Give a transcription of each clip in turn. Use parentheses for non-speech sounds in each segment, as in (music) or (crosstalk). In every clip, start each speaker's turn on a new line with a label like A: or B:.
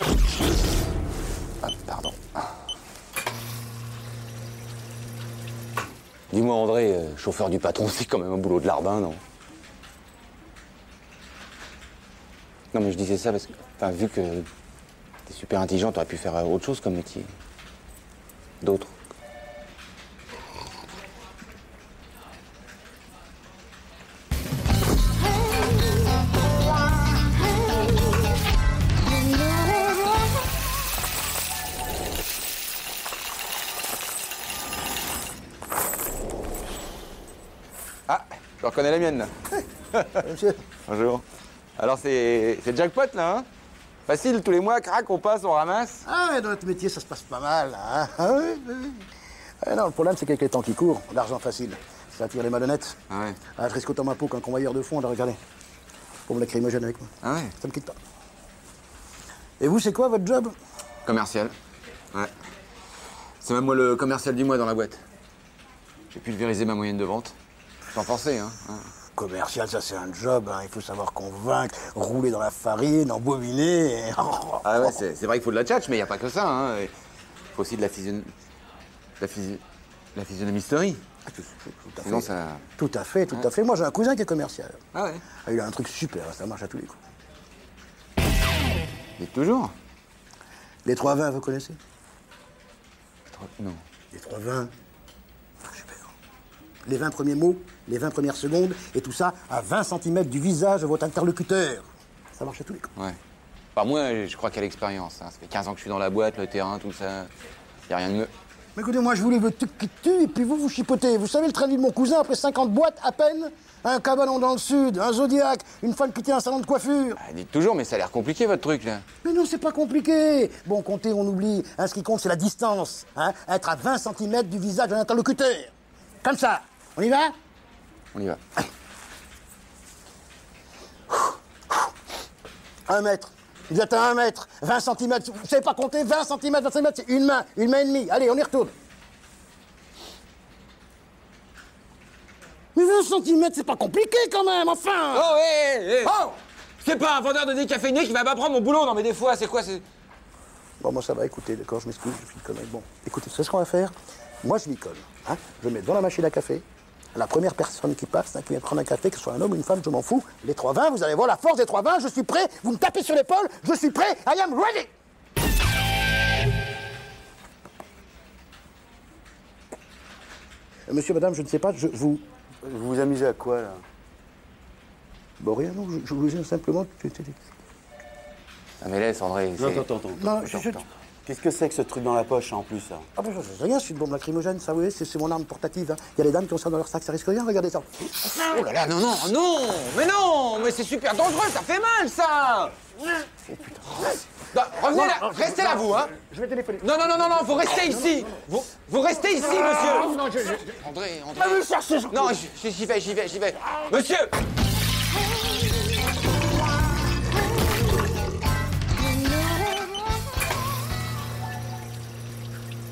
A: Ah, Pardon. Dis-moi André, euh, chauffeur du patron, c'est quand même un boulot de lardin, non Non mais je disais ça parce que, enfin, vu que t'es super intelligent, t'aurais pu faire euh, autre chose comme métier. D'autres. Ah, je reconnais la mienne là.
B: Monsieur,
A: Bonjour. Alors c'est c'est jackpot là, hein Facile, tous les mois, crac, on passe, on ramasse.
B: ah, mais dans notre métier, ça se passe pas mal. hein. Ah, oui, oui, oui. Ah, non, le problème, c'est qu'avec les temps qui courent, l'argent facile, ça attire les malhonnêtes.
A: Ah ouais.
B: Ah, je risque autant ma peau qu'un convoyeur de fond, là, regardez. Pour me lacrymogène avec moi.
A: Ah ouais.
B: Ça me quitte pas. Et vous, c'est quoi votre job
A: Commercial. Ouais. C'est même moi le commercial du mois dans la boîte. J'ai pulvérisé ma moyenne de vente. Sans penser, hein. hein.
B: Commercial, ça c'est un job, hein. il faut savoir convaincre, rouler dans la farine, embobiner. et- (laughs) Oh.
A: Ah ouais, c'est c'est vrai qu'il faut de la tchatch, mais il n'y a pas que ça, hein. Il faut aussi de la physion... La physio- La physionomisterie.
B: Tout à
A: Sinon,
B: fait.
A: ça...
B: Tout à fait, tout à fait. Moi j'ai un cousin qui est commercial.
A: Ah ouais.
B: Ah, il a un truc super, ça marche à tous les coups.
A: Mais toujours.
B: Les trois vins, vous connaissez
A: Non.
B: Les trois vins. Super. Les 20 premiers mots, les 20 premières secondes, et tout ça à 20 cm du visage de votre interlocuteur. Ça marche à tous les coups.
A: Ouais. Enfin, moi, je crois qu'à l'expérience. hein. Ça fait 15 ans que je suis dans la boîte, le terrain, tout ça. Il a rien de mieux.
B: Mais écoutez, moi je voulais le truc qui tue, et puis vous, vous chipotez. Vous savez le traduit de mon cousin après 50 boîtes à peine Un cabanon dans le sud, un zodiac, une femme qui tient un salon de coiffure.
A: Ah, dites toujours, mais ça a l'air compliqué, votre truc, là.
B: Mais non, c'est pas compliqué. Bon, compter, on oublie. Hein, ce qui compte, c'est la distance. hein. Être à 20 cm du visage de l'interlocuteur. Comme ça. On y va
A: On y va.
B: 1 mètre. Vous êtes à 1 mètre, 20 cm. Vous savez pas compter 20 cm, 20 cm, c'est une main, une main et demie. Allez, on y retourne. Mais 20 cm, c'est pas compliqué quand même, enfin
A: Oh, hé, hé, hé. C'est pas un vendeur de décaféiné qui va pas prendre mon boulot, non mais des fois, c'est quoi c'est...
B: Bon, moi ça va, écoutez, d'accord, je m'excuse, je suis une connerie. Bon, écoutez, c'est ce qu'on va faire. Moi, je m'y colle. hein. Je mets dans la machine à café. La première personne qui passe, hein, qui vient prendre un café, que ce soit un homme ou une femme, je m'en fous. Les 3-20, vous allez voir la force des 3-20, je suis prêt. Vous me tapez sur l'épaule, je suis prêt. I am ready Euh, Monsieur, madame, je ne sais pas, je vous...
C: Vous vous amusez à quoi là
B: Bon, rien, non, je, je vous ai simplement...
C: Ah,
A: Non mais laisse, André, c'est...
C: attends.
B: Non, je- je-
C: Qu'est-ce que c'est que ce truc dans la poche en plus hein là
B: Ah ben, je sais rien, c'est une bombe lacrymogène, ça, vous voyez, c'est c'est mon arme portative. hein. Il y a les dames qui ont ça dans leur sac, ça risque rien, regardez ça.
A: Oh là là, non, non, non Mais non Mais c'est super dangereux, ça fait mal, ça
C: Oh,
A: Non, Revenez là, restez là, vous, hein
B: Je vais téléphoner.
A: Non, non, non, non, non, vous restez ici Vous, vous restez ici, monsieur André, André...
B: vous cherchez, surtout.
A: Non, j- j'y vais, j'y vais, j'y vais Monsieur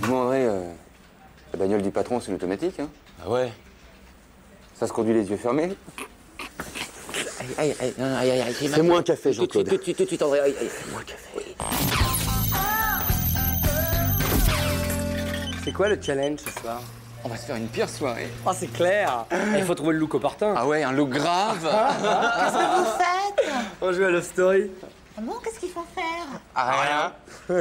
C: Dis-moi André, euh, la bagnole du patron c'est l'automatique, hein
A: Ah ouais
C: Ça se conduit les yeux fermés
A: Aïe, aïe, non, aïe, aïe, aïe, j'ai mal.
C: Fais-moi un café,
A: Tout de suite,
C: Jean-Claude.
A: Tout de suite, tout de suite, André, aïe, aïe. Fais-moi un café.
D: C'est quoi le challenge ce soir
A: On va se faire une pire soirée.
D: Oh, c'est clair (clears throat) Il faut trouver le look opportun.
A: Ah ouais, un look grave
E: Vous faites
D: On joue à Love Story.
E: Ah bon, qu'est-ce qu'il faut faire
A: Ah rien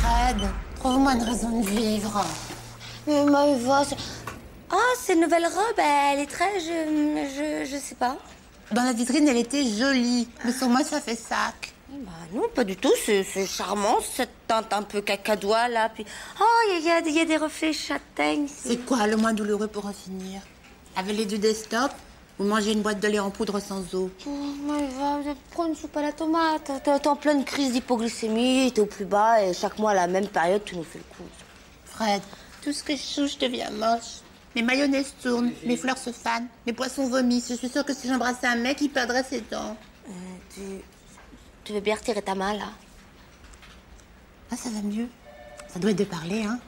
E: Fred, trouve-moi une raison de vivre.
F: Mais Maëva, c'est- Ah, cette nouvelle robe, elle est très... Je, je, je sais pas.
E: Dans la vitrine, elle était jolie, mais sur moi, ça fait sac.
F: Bah non, pas du tout. C'est c'est charmant, cette teinte un peu cacadois, là. Puis... Oh, il y a, il y a- il y a des reflets châtaignes.
E: C'est quoi le moins douloureux pour en finir Avaler du desktop ou manger une boîte de lait en poudre sans eau
F: Oh, Maëva, prends une soupe à la tomate. T'es t'es en pleine crise d'hypoglycémie, t'es au plus bas, et chaque mois, à la même période, tu nous fais le coup.
E: Fred, tout ce que je touche devient moche. Mes mayonnaises tournent, mes fleurs se fanent, mes poissons vomissent. Je suis sûre que si j'embrassais un mec, il perdrait ses dents.
F: Euh, Tu, tu veux bien retirer ta main, là
E: Ah, ça va mieux. Ça doit être de parler, hein.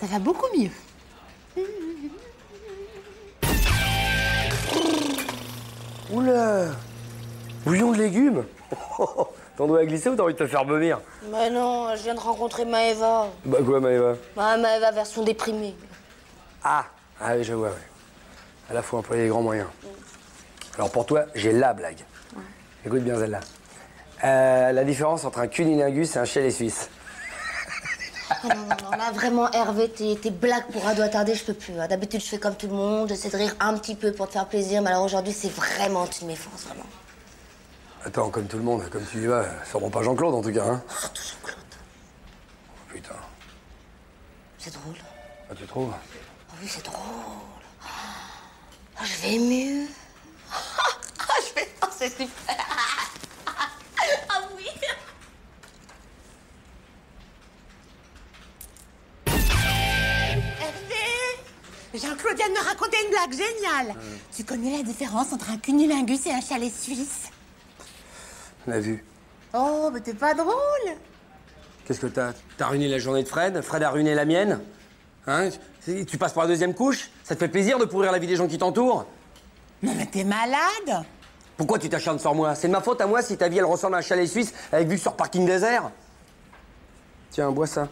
E: Ça va beaucoup mieux.
D: Oula Bouillon de légumes Oh, oh, (laughs) T'en dois glisser ou t'as envie de te faire vomir
F: Mais Bah non, je viens de rencontrer Maëva.
D: Bah quoi, Maëva
F: Bah, Maëva version déprimée.
D: Ah Ah oui, je vois, ouais. À la fois employer les grands moyens. Alors pour toi, j'ai la blague. Écoute bien celle-là. Euh, la différence entre un cunilingus et un chalet suisse.
F: Oh non, non, non, là, vraiment, Hervé, tes, tes blagues pour ado attardé, je peux plus. hein. D'habitude, je fais comme tout le monde, j'essaie de rire un petit peu pour te faire plaisir, mais alors aujourd'hui, c'est vraiment une méfiance, vraiment.
D: Attends, comme tout le monde, comme tu y vas, euh, sûrement pas Jean-Claude en tout cas, hein Oh,
F: Surtout Jean-Claude.
D: Putain,
F: C'est drôle.
D: Ah, tu trouves
F: Ah oui, c'est drôle. Ah, je vais mieux. Ah, je vais... Oh, c'est super. Ah oui.
E: Eh, Jean-Claude vient de me raconter une blague géniale. Tu connais la différence entre un cunilingus et un chalet suisse
D: On a vu.
E: Oh, mais t'es pas drôle
D: Qu'est-ce que t'as T'as ruiné la journée de Fred Fred a ruiné la mienne Hein C'est- Tu passes par la deuxième couche Ça te fait plaisir de pourrir la vie des gens qui t'entourent
E: Non, mais t'es malade
D: Pourquoi tu t'acharnes sur moi C'est de ma faute à moi si ta vie elle ressemble à un chalet suisse avec vue sur parking désert Tiens, bois ça.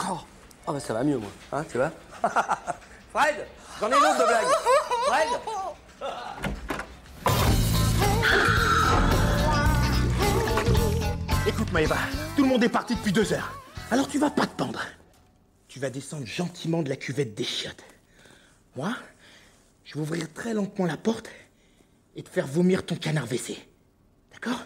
D: Oh, oh, bah ça va mieux moi, hein, tu vois (laughs) Fred J'en ai une autre de blague Fred
G: Écoute Maëva, tout le monde est parti depuis deux heures. Alors tu vas pas te pendre. Tu vas descendre gentiment de la cuvette des chiottes. Moi, je vais ouvrir très lentement la porte et te faire vomir ton canard WC. D'accord